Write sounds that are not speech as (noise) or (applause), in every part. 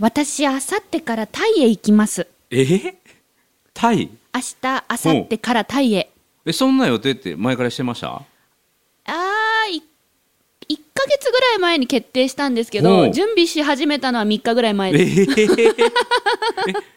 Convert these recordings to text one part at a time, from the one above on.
私、あさってからタイへ行きます。えータイ明日、あさってからタイへ。えそんな予定って前からしてましたあー、い1ヶ月ぐらい前に決定したんですけおど、う準備し始めたのは3日ぐらい前えです。ーえ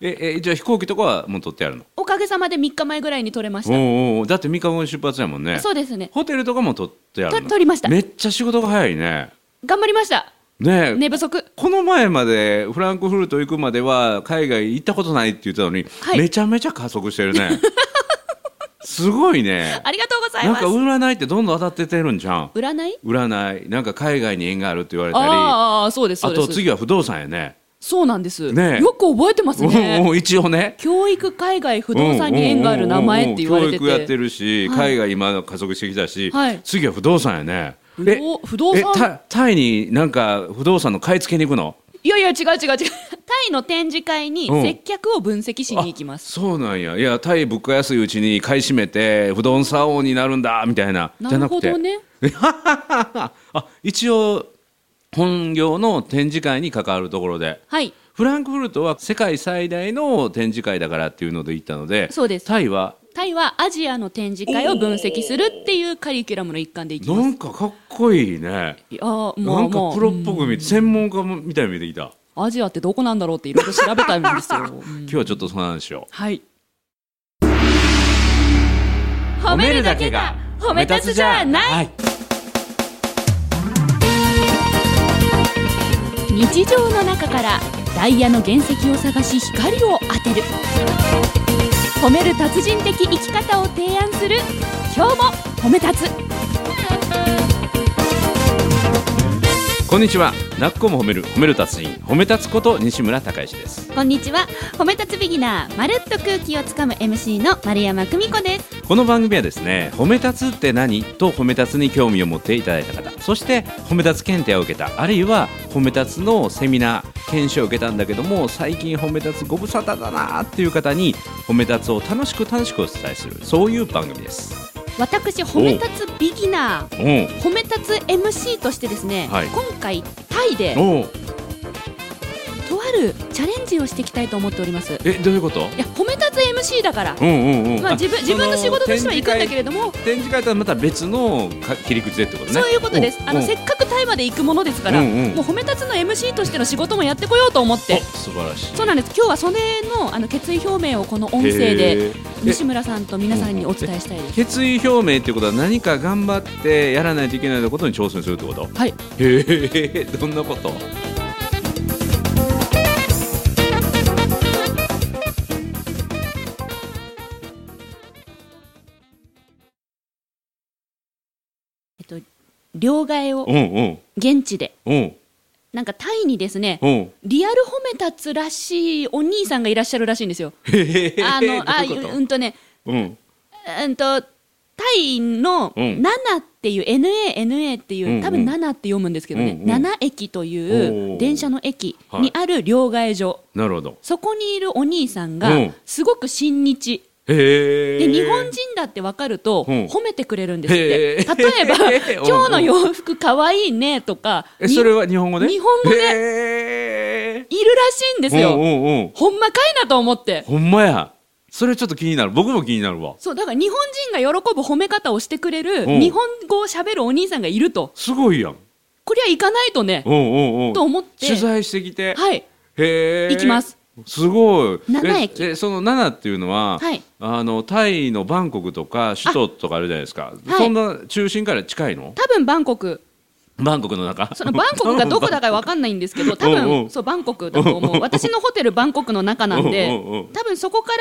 ええじゃあ飛行機とかはもう取ってあるのおかげさまで3日前ぐらいに取れましおうた。おうおうだって3日後に出発やもんねそうですね。ホテルとかも取ってあるのと取りましためっちゃ仕事が早いね頑張りました。ねえ寝不足。この前までフランクフルト行くまでは海外行ったことないって言ってたのに、はいめちゃめちゃ加速してる (laughs) ねすごいねありがとうございなんますか。占いってどんどん当たってってるんじゃん占い占いなんか海外に縁があるって言われたりあああ、そうです、そうでとす。次は不動産やねそうなんです。ねえよく覚えてますうんね。うん一応ね教育、海外、不動産に縁がある名前って言われてて。うんうんうん教育やってるし、はい海外今加速してきたし、はい次は不動産やね不動不動産えタタイになんか不動産の買い付けに行くのいやいや違う違う違うタイの展示会にうん接客を分析しに行きます、そうなんやいやタイ物価安いうちに買い占めて不動産王になるんだみたいなじなゃるなほくてどねあ一応本業の展示会に関わるところではいフランクフルトは世界最大の展示会だからっていうので行ったのでそうですタイはタイはアジアの展示会を分析するっていうカリキュラムの一環で行きなますんかかっこいいねいやーなもうんかもプうロっぽく見て専門家みたいに見えてきたアジアってどこなんだろうっていろいろ調べたんですよ、うん今日はちょっとその話をはい褒褒褒め立つじゃないい日常の中からダイヤの原石を探し光を当てる褒める達人的生き方を提案する今日も褒め立つこんにちはなっこも褒める褒める達人褒め立つこと西村孝之ですこんにちは褒め立つビギナーまるっと空気をつかむ MC の丸山久美子ですこの番組はですね褒め立つって何と褒め立つに興味を持っていただいた方そして褒め立つ検定を受けたあるいは褒め立つのセミナー研修を受けたんだけども最近褒め立つご無沙汰だなーっていう方に褒め立つを楽しく楽しくお伝えするそういう番組です私褒め立つビギナーうん褒め立つ MC としてですね、はい今回タイでおうとあるチャレンジをしていきたいと思っておりますいえどういうことや褒め立つ MC だから、うんうんうんまあ、自分自分の仕事としては行くんだけどれども展示会とはまた別のか切り口でってことねそういうことです。あのうんせっかくタイまで行くものですから、うんうんもう褒め立つの MC としての仕事もやってこようと思ってお。素晴らしいそうなんです。今日はそれのあの決意表明をこの音声へでー西村さんと皆さんにお伝えしたいです。決意表明っていうことは何か頑張ってやらないといけないことに挑戦するってことはい。へえどんなことえっと両替をうんうん現地でうんなんかタイにですね。うんリアル褒め立つらしいお兄さんがいらっしゃるらしいんですよ。へえあの、あ、どういうこうんとね、とうんうんと、タイのうん7っていう、NANA っていう、うんうん多分7って読むんですけどね、うんうん7駅といおーう電車の駅にある両替所、なるほどそこにいるお兄さんうがん、すごく親日、へえで日本人だって分かると、うん褒めてくれるんですって、へー、例えば (laughs) 今日の洋服かわいいねとか、えにそれは日本語ね日本語ねへえいるらしいんですうよ、んうんうんほんまかいなと思って。ほんまやそれちょっと気になる僕も気になるわそうだから日本人が喜ぶ褒め方をしてくれるうん日本語を喋るお兄さんがいるとすごいやんこれは行かないとねうんうんうんと思って取材してきてはい、へえ行きますすごい七駅ええその7っていうのは、はいあのタイのバンコクとか首都とかあるじゃないですはか、いそんな中心から近いの多分バンコク、バンコクの中そのバンコクがどこだか分かんないんですけど、多 (laughs) うんうん分そうバンコクだとうんう思んう、私のホテル、バンコクの中なんでうんうんうん、多分そこか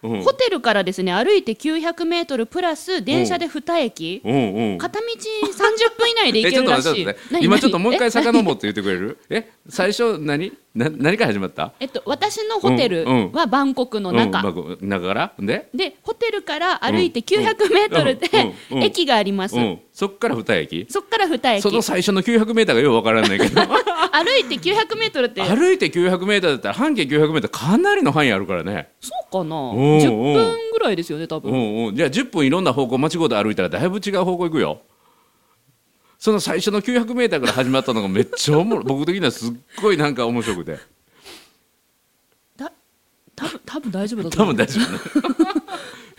うんら、ホテルからですね歩いて900メートルプラス、電車で2駅、うんうん片道30分以内で行えちけょるっと待らってちしいょっと待っ。て何今ちょっともう一回え遡って言ってくれるえ最初何な何から始まったえっと、私のホテルうんうんはバンコクの中、うんバンコク中からで、でホテルから歩いて900メートルでうんうんうん駅があります、うん、そっから二駅そこから2駅その最初の 900m がようわからないけど歩いて900メートルって歩いて 900m だったら半径 900m かなりの範囲あるからねそうかなうん10分ぐらいですよね多う分んうん、じゃあ10分いろんな方向間違うて歩いたらだいぶ違う方向行くよその最初の9 0 0ーターから始まったのがめっちゃおもろ僕的にはすっごいなんか面白くて多分多分大丈夫だと多思う分大丈夫ね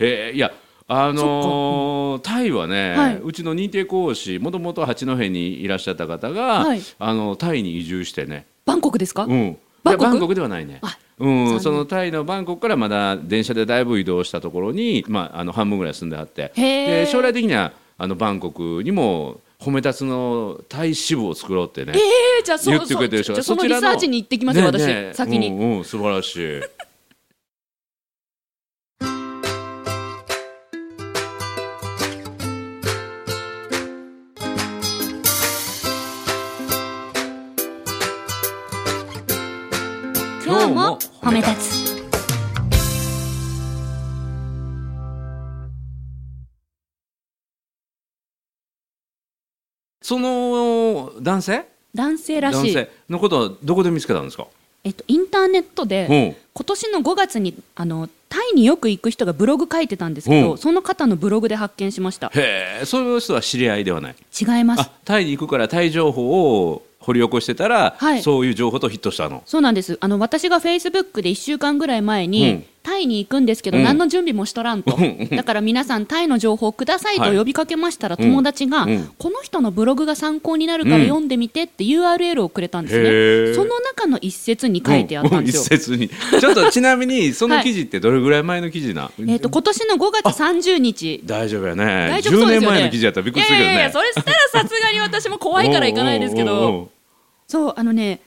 (laughs) えーいやあのータイはね、はいうちの認定講師もともと八戸にいらっしゃった方が、はいあのタイに移住してね、バンコクですか、うん、いやバンコクバンコクではないねあう残ん、念そのタイのバンコクからまだ電車でだいぶ移動したところに、まあ、あの半分ぐらい住んであってへーで将来的にはあのバンコクにも褒め立つのタイ支部を作ろうってねええじゃあそ言ってくれてる人そがじゃあそのリちらサーチに行ってきますよ、ねえ私、ねえ先に、うんうん、素晴らし (laughs) いつその男性男性らし男い性のことはどこで見つけたんですか、えっと、インターネットで、うん今年の5月にあのタイによく行く人がブログ書いてたんですけど、うんその方のブログで発見しましたへえそういう人は知り合いではない違いますあタイに行くからタイ情報を掘り起こしてたら、はいそういう情報とヒットしたのそうなんですあの私がフェイスブックで1週間ぐらい前に、うんタイに行くんですけど、うん何の準備もしとらんと、だから皆さんタイの情報くださいとはい呼びかけましたら、友達が、うんこの人のブログが参考になるからうん読んでみてって URL をくれたんですね、へーその中の一節に書いてあったんですよ、うんうん一説にちょっとちなみにその記事ってどれぐらい前の記事な、えっと今年の5月30日大丈夫やね大丈夫そうですよね10年前の記事やったらびっくりするけどねいやいやいやそれしたらさすがに私も怖いから行かないですけどおうおうおうおうそうあのね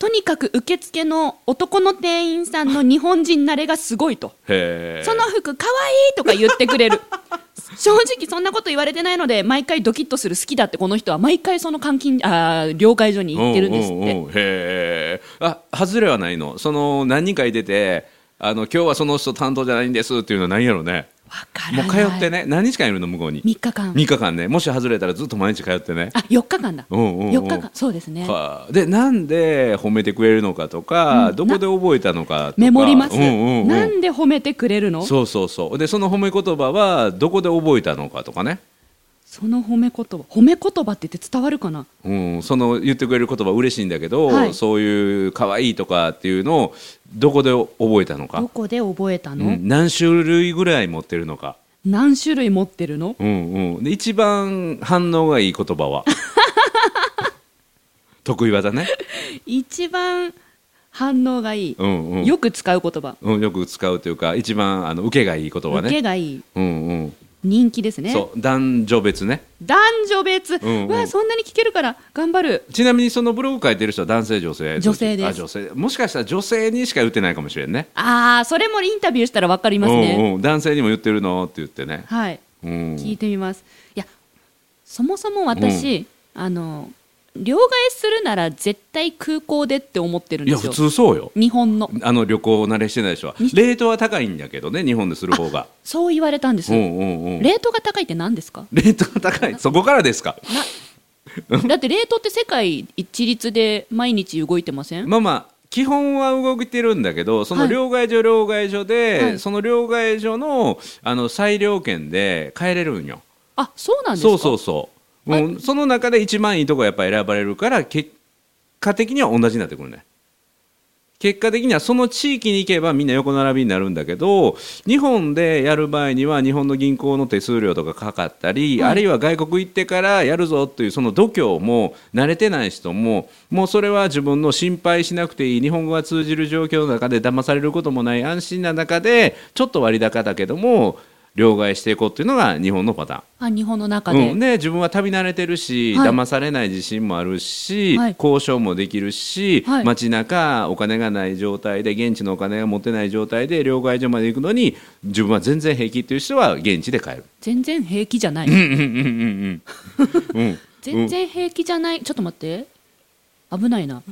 とにかく受付の男の店員さんの日本人慣れがすごいと、へえその服かわいいとか言ってくれる (laughs) 正直そんなこと言われてないので毎回ドキッとする好きだってこの人は毎回その監禁あー了解所に行ってるんですっておうおうおうへえあ外れはないのその何人かいててあの今日はその人担当じゃないんですっていうのはないやろうねわからもなうい通ってね何日間いるの向こうに3日間3日間ねもし外れたらずっと毎日通ってねあ4日間だおうおうおう4日間そうですねはあでなんで褒めてくれるのかとか、うんどこで覚えたのかとかメモります、うんうんうんなんで褒めてくれるのそそうそうそうでその褒め言葉はどこで覚えたのかとかね、の褒め言葉褒め言葉って言って伝わるかなうん、その言ってくれる言葉嬉しいんだけど、はいそういう可愛いとかっていうのをどこで覚えたのかど、こで覚えたうの、ん、何種類ぐらい持ってるのか、何種類持ってるのうんうん、で一番反応がいい言 (laughs) 葉は得意技ね、一番反応がいい、うんうんよく使う言葉うん、よく使うというか一番あの受けがいい言葉受けね、がいいうんうん人気ですねそう男女別ね男女別、んうんわあそんなに聞けるから頑張るちなみにそのブログ書いてる人は男性女性女性ですあ女性もしかしたら女性にしか言ってないかもしれんねああそれもインタビューしたらわかりますね、うんうん、男性にも言ってるのって言ってね、はいうん、聞いてみますいやそもそも私、あの両替するなら絶対空港でって思ってるんいでやす普よ通そうよ日本のあの旅行慣れしてない人はレートは高いんだけどね日本でする方がそう言われたんですうよ、んうんうんレレートが高いって何ですかートが高いそこからですかだってレートって世界一律で毎日動いてません、まあまあ基本は動いてるんだけどそのはい両替所両替所で、はいその両替所のあの裁量権で変えれるんよあそうなんですかそうそうそう、うん、その中で一番いいとこやっぱ選ばれるから結果的には同じになってくるね結果的にはその地域に行けばみんな横並びになるんだけど日本でやる場合には日本の銀行の手数料とかかかったり、はいあるいは外国行ってからやるぞというその度胸も慣れてない人ももうそれは自分の心配しなくていい日本語が通じる状況の中で騙されることもない安心な中でちょっと割高だけども両替していこうっていうのが日本のパターン。あ日本の中で、うん、で自分は旅慣れてるし、はい騙されない自信もあるし、はい交渉もできるし、はい街中お金がない状態で現地のお金が持てない状態で両替所まで行くのに自分は全然平気っていう人は現地で買える。全然平気じゃない、うん全然平気じゃないちょっと待って危ない (laughs) な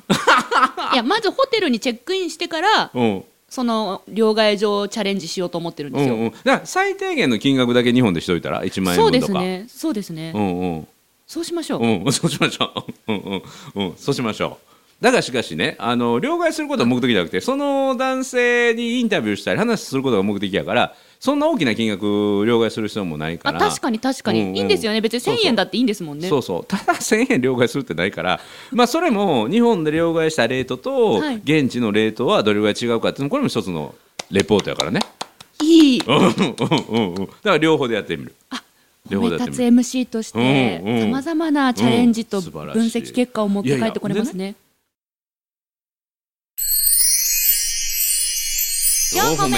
いやまずホテルにチェックインしてからうんその両替所をチャレンジしようと思ってるんうですよ、んうん、だから最低限の金額だけ日本でしといたら1万円そう分でとすかねそうですね、うんうんそうしましょう、うん、そうしましょう。 (laughs) うんうんうん、そうしましょう。だがしかしね、あの両替することが目的じゃなくて、その男性にインタビューしたり話することが目的やから、そんな大きな金額両替する必要もないかあら。確かに確かに、うんうんいいんですよね別にそう1000そう円だっていいんですもんねそうそうただ1000円両替するってないから、まあ、それも日本で両替したレートとはい現地のレートはどれぐらい違うかっていうのこれも一つのレポートやからねいいうんうんうんうんだから両方でやってみるあ両褒め方でやって立つみる MC としてうんうんさまざまなチャレンジとうん分素晴らしい析結果を持って帰ってこれますね。 4個目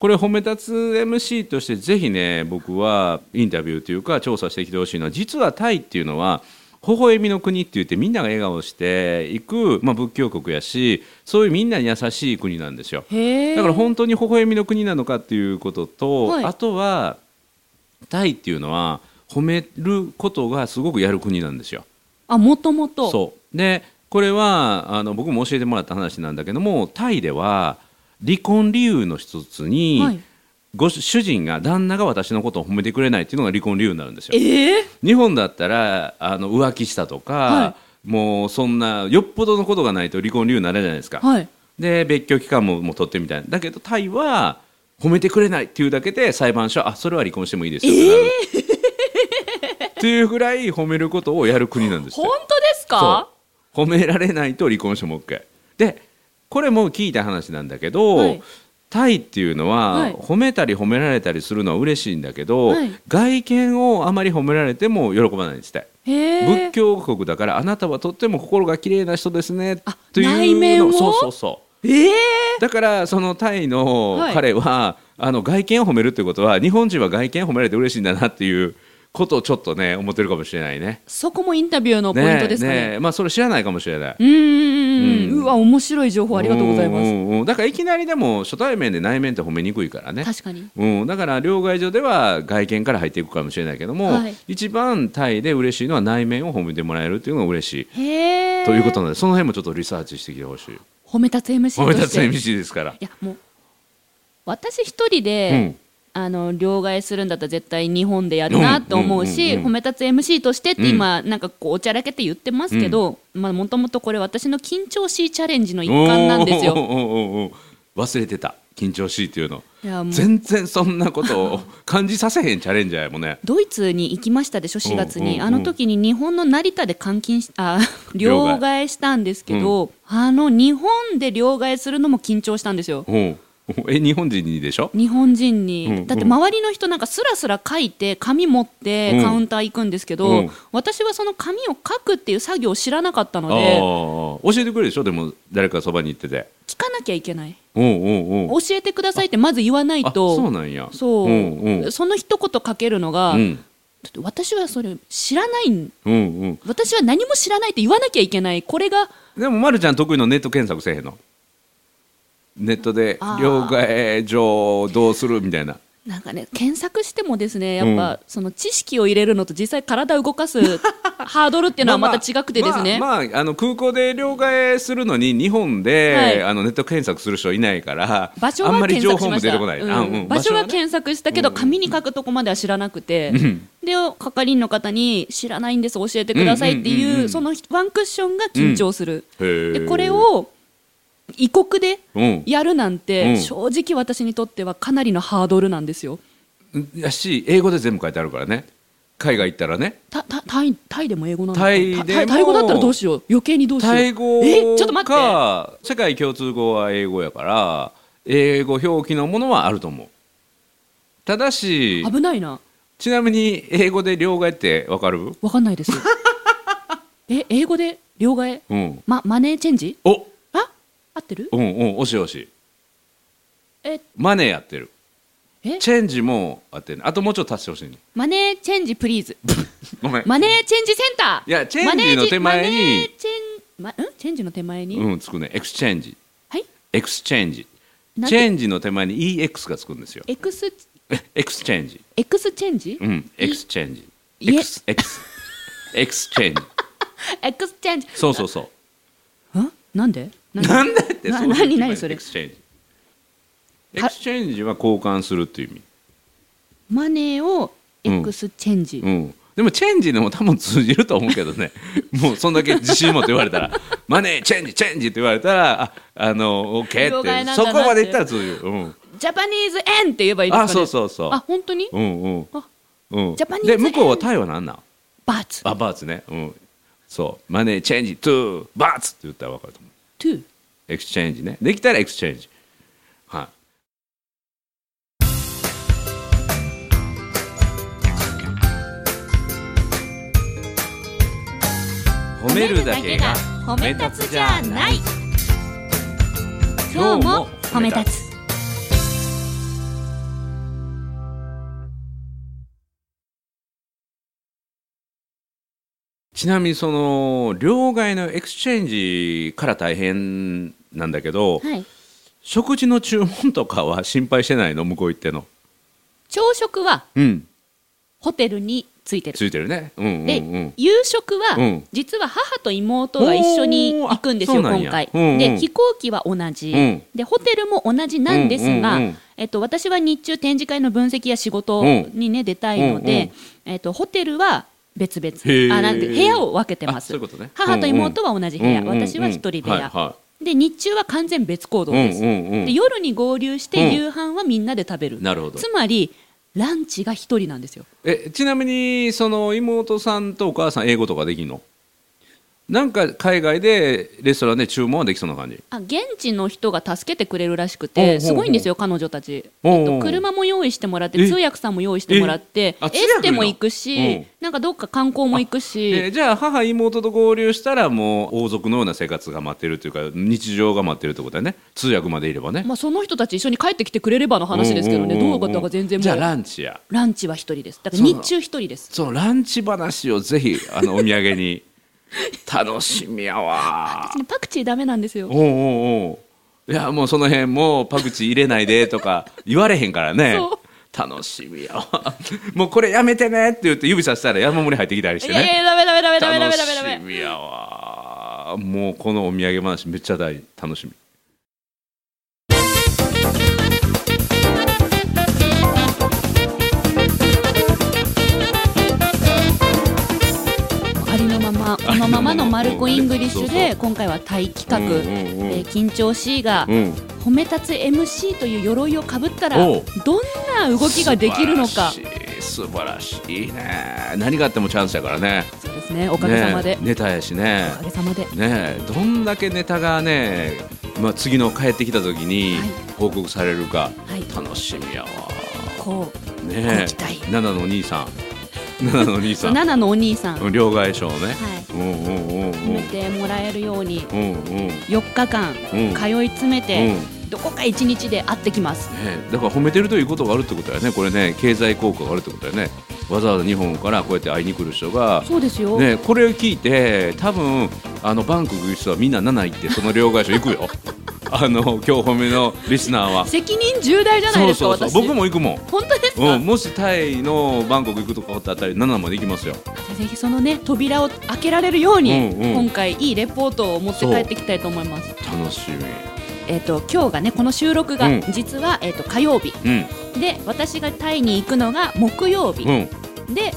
これ褒め立つ MC としてぜひね僕はインタビューというか調査してきてほしいのは実はタイっていうのは微笑みの国って言ってみんなが笑顔していく、まあ、仏教国やしそういうみんなに優しい国なんですよ。へえ。だから本当に微笑みの国なのかっていうことと、はいあとはタイっていうのは褒めることがすごくやる国なんですよ。あもともとそうでこれはあの僕も教えてもらった話なんだけどもタイでは離婚理由の一つに、はい、ご主人が旦那が私のことを褒めてくれないっていうのが離婚理由になるんですよ。ええ日本だったらあの浮気したとか、はもうそんなよっぽどのことがないと離婚理由になれないじゃないですか。はい。で別居期間ももう取ってみたいなだけどタイは褒めてくれないっていうだけで裁判所はあそれは離婚してもいいですよってなる、っていうぐらい褒めることをやる国なんですっ本て当ですか？そう褒められないと離婚しても OK でこれも聞いた話なんだけど、はいタイっていうのは、はい褒めたり褒められたりするのは嬉しいんだけど、はい外見をあまり褒められても喜ばないんですって。へえ。仏教国だからあなたはとっても心が綺麗な人ですねあというの内面をそうそうそうええだからそのタイのはい彼は、あの外見を褒めるってことは日本人は外見褒められて嬉しいんだなっていうことをちょっとね思ってるかもしれないね。そこもインタビューのポイントですかね。ねえまあそれ知らないかもしれない。うーん、うんうわ面白い情報ありがとうございまうす。んうんうんだからいきなりでも初対面で内面って褒めにくいからね。確かに。うん、だから両替所では外見から入っていくかもしれないけども、はい一番タイで嬉しいのは内面を褒めてもらえるっていうのが嬉しい、へえ。ということなのでその辺もちょっとリサーチしてきてほしい褒め立つ MC として。褒め立つ MC ですからいやもう私一人で、あの両替するんだったら絶対日本でやるなと思うし、うんうんうんう褒んめ立つ MC としてって今、なんかこうおちゃらけて言ってますけど、まあもともとこれ私の緊張しいチャレンジの一環なんですおーよ。おーおーおー忘れてた緊張しいっていうのいやもう全然そんなことを感じさせへんチャレンジャーやもんねドイツに行きましたでしょ4月に、うんうんうんあの時に日本の成田で監禁し (laughs) あ両両替替したんですけど、あの日本で両替するのも緊張したんですよ。おうえ日本人にでしょ日本人に、うんだって周りの人なんかすらすら書いて紙持ってうんカウンター行くんですけど、うん私はその紙を書くっていう作業を知らなかったのああで教えてくれるでしょでも誰かそばに行ってて聞かなきゃいけないおうおうおう教えてくださいってまず言わないあとそうなんやそううんうんその一言書けるのが、うんちょっと私はそれ知らないんうんうん私は何も知らないって言わなきゃいけないこれがでもまるちゃん得意のネット検索せえへんのネットであー両替上どうするみたいななんかね検索してもですねやっぱ、その知識を入れるのと実際体を動かす (laughs) ハードルっていうのはまた違くてですね、まあまあまああの空港で両替するのに日本で、はいあのネット検索する人いないから場所あんまはり検情索し報もまし出た。てこない、あうんうん場所はね検索したけど、紙に書くとこまでは知らなくて、で、係員の方に、知らないんです、教えてくださいってうんうんうんいうう、んそのワンクッションが緊張する。へで、ーこれを、異国でうんやるなんうて、ん正直私にとってはかなりのハードルなんですよ。やし英語で全部書いてあるからね海外行ったらねたたタイタイでも英語なのタイでもタタイ語だったらどうしよう余計にどうしようタイ語えちょっと待ってか世界共通語は英語やから英語表記のものはあると思うただし危ないなちなみに英語で両替ってわかるわかんないです (laughs) え英語で両替うんまマネーチェンジおあ合ってるうんうん惜しい惜しいえマネーやってるえチェンジもあってるあともうちょっと足してほしいねマネーチェンジプリーズごめんマネーチェンジセンターいやチェンジの手マネ前にーチェンマんチェンジの手前に、うん、つくね。エクスチェンジ。はいエクスチェンジ。なんチてェンジの手前に EX がつくんですよ。エクスエクスチェンジ。エクスチェンジ、うん、エクスチェンジ。いエクス、エクス、エクスチェンジ。エクスチェンジそうそうそんなんでなう。んでなんだってなそういう何決まり何それエクスチェンジ。エクスチェンジは交換するっていう意味。マネーをエクスチェンジ、うん。でもチェンジでも多分通じると思うけどね。 (laughs) もうそんだけ自信持って言われたら、 (laughs) マネーチェンジチェンジって言われたら、あ、あの、オッケー了っ解なんて。だなっそてこまでいったら通じる。うん。ジャパニーズ円って言えばいいですかねあそうそうそうあ本当に、うんうんあ。うん。ジャパニーズで、向こうはタイは何なんバーツあバーツね、うん、そうマネーチェンジトゥーバーツって言ったら分かると思トゥうエクスチェンジねできたらエクスチェンジはい褒めるだけが褒め立つじゃない今日も褒め立つちなみにその両替のエクスチェンジから大変なんだけどはい食事の注文とかは心配してないの向こう行っての朝食はうんホテルについてるついてるねうんうんで、うん夕食は、うん実は母と妹が一緒に行くんですよ、おーあそうなんや今回、うんうんで飛行機は同じ、うんでホテルも同じなんですが、うんうんうんえっと、私は日中展示会の分析や仕事に、ね出たいので、えっと、ホテルは別へー々あなんて部屋を分けてまあすそういうことね母と妹は同じ部屋、うんうんうん私は一人部屋、はで日中は完全別行い動はいです、うんうんうでん夜に合流してうん夕飯はみんなで食べる、なるほどつまりランチが一人なんですよえちなみにその妹さんとお母さん英語とかできんのなんか海外でレストランで注文はできそうな感じあ現地の人が助けてくれるらしくほうほうほてうすごいんですよ彼女たち、ほうほうえっと、車も用意してもらってえ通訳さんも用意してもらってえあ通エス訳テなんも行くうしんなんかどっか観光も行くえしじゃあ母妹と合流したらもう王族のような生活が待ってるというか日常が待ってるってことだよね通訳までいればねまあ、その人たち一緒に帰ってきてくれればの話ですけどねうんうんうんどうんうだか全然じゃあもうランチやランチは一人ですだからそうな日の中一人ですそのランチ話をぜひあのお土産 (laughs) に楽しみやわ私ねパクチーダメなんですよおうおうおういやもうその辺もうパクチー入れないでとか (laughs) 言われへんからねそう楽しみやわもうこれやめてねって言って指さしたら山盛り入ってきたりしいてやいねやダメダメダメダメダメ楽ダメしみやわもうこのお土産話めっちゃ大楽しみありのままこのままのマルコ・イングリッシュそうそで今回はタイ企画、うんうんうんえー緊張 C がうん褒め立つ MC という鎧をかぶったらどおんうな動きができるのか素晴らしい素晴らしいいいね何があってもチャンスやからねそうですねおかげさまで、ねネタやしねおかげさまでねえどんだけネタがね、まあ、次の帰ってきた時にはい報告されるか、はい楽しみやわこねご期待え七のお兄さん七のお兄う (laughs) さそうナんナのお兄さん、は両替商ね、い、うんうんうんうん決めてもらえるようにうんうんね4日間うん通い詰めて、うどこか1日で会ってきますえだから褒めてるということがあるってことやねこれね経済効果があるってことやねわざわざ日本からこうやって会いに来る人がそうですよ、ね、これを聞いて多分あのバンコク行く人はみんな7行ってその両替所行く (laughs) よあの今日褒めのリスナーは責任重大じゃないそうですかそうそう私僕も行くもん、本当ですか、うん、もしタイのバンコク行くとかだったら7まで行きますよぜひそのね扉を開けられるように、うんうん今回いいレポートを持って帰ってきたいと思います楽しえっ、と今日がねこの収録が、うん実はえっ、と火曜日みうんで私がタイに行くのが木曜日、うんで、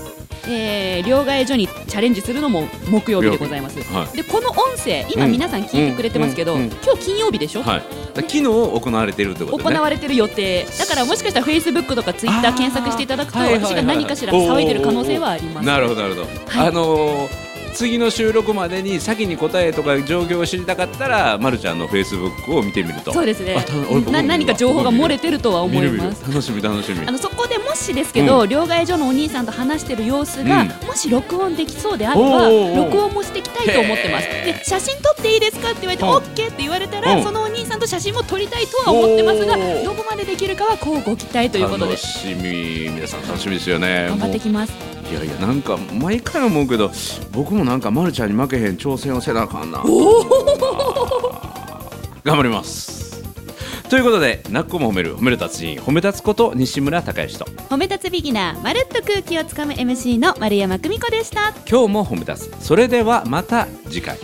えー両替所にチャレンジするのも木曜日でございます、はでこの音声今うん皆さん聞いてくれてますけど、うんうんうん今日金曜日でしょ、い、はい、だから昨日行われてるってことね行われてる予定だからもしかしたらフェイスブックとかツイッタあーー検索していただくとはいはいはい私が何かしら騒いでる可能性はありますなるほどなるほど、はいあのー次の収録までに先に答えとか状況を知りたかったら、ま、るちゃんのフェイスブックを見てみるとそうですあねた俺僕も見るわな何か情報が漏れてるとは思います見る見る楽しみ楽しみあのそこでもしですけど、両替所のお兄さんと話してる様子が、うんもし録音できそうであればおーおーおー録音もしていきたいと思ってますへーで写真撮っていいですかって言われてうん OK って言われたら、うんそのお兄さんと写真も撮りたいとは思ってますがおーどこまでできるかはこうご期待ということで楽しみ皆さん楽しみですよね頑張ってきますもういやいやなんか毎回思うけど僕もなんかまるちゃんに負けへん挑戦をせなあかんな頑張りますということで「なっこも褒める褒める達人褒め立つこと西村孝之と (laughs) 褒め立つビギナーまるっと空気をつかむ MC の丸山久美子でした今日も褒め立つそれではまた次回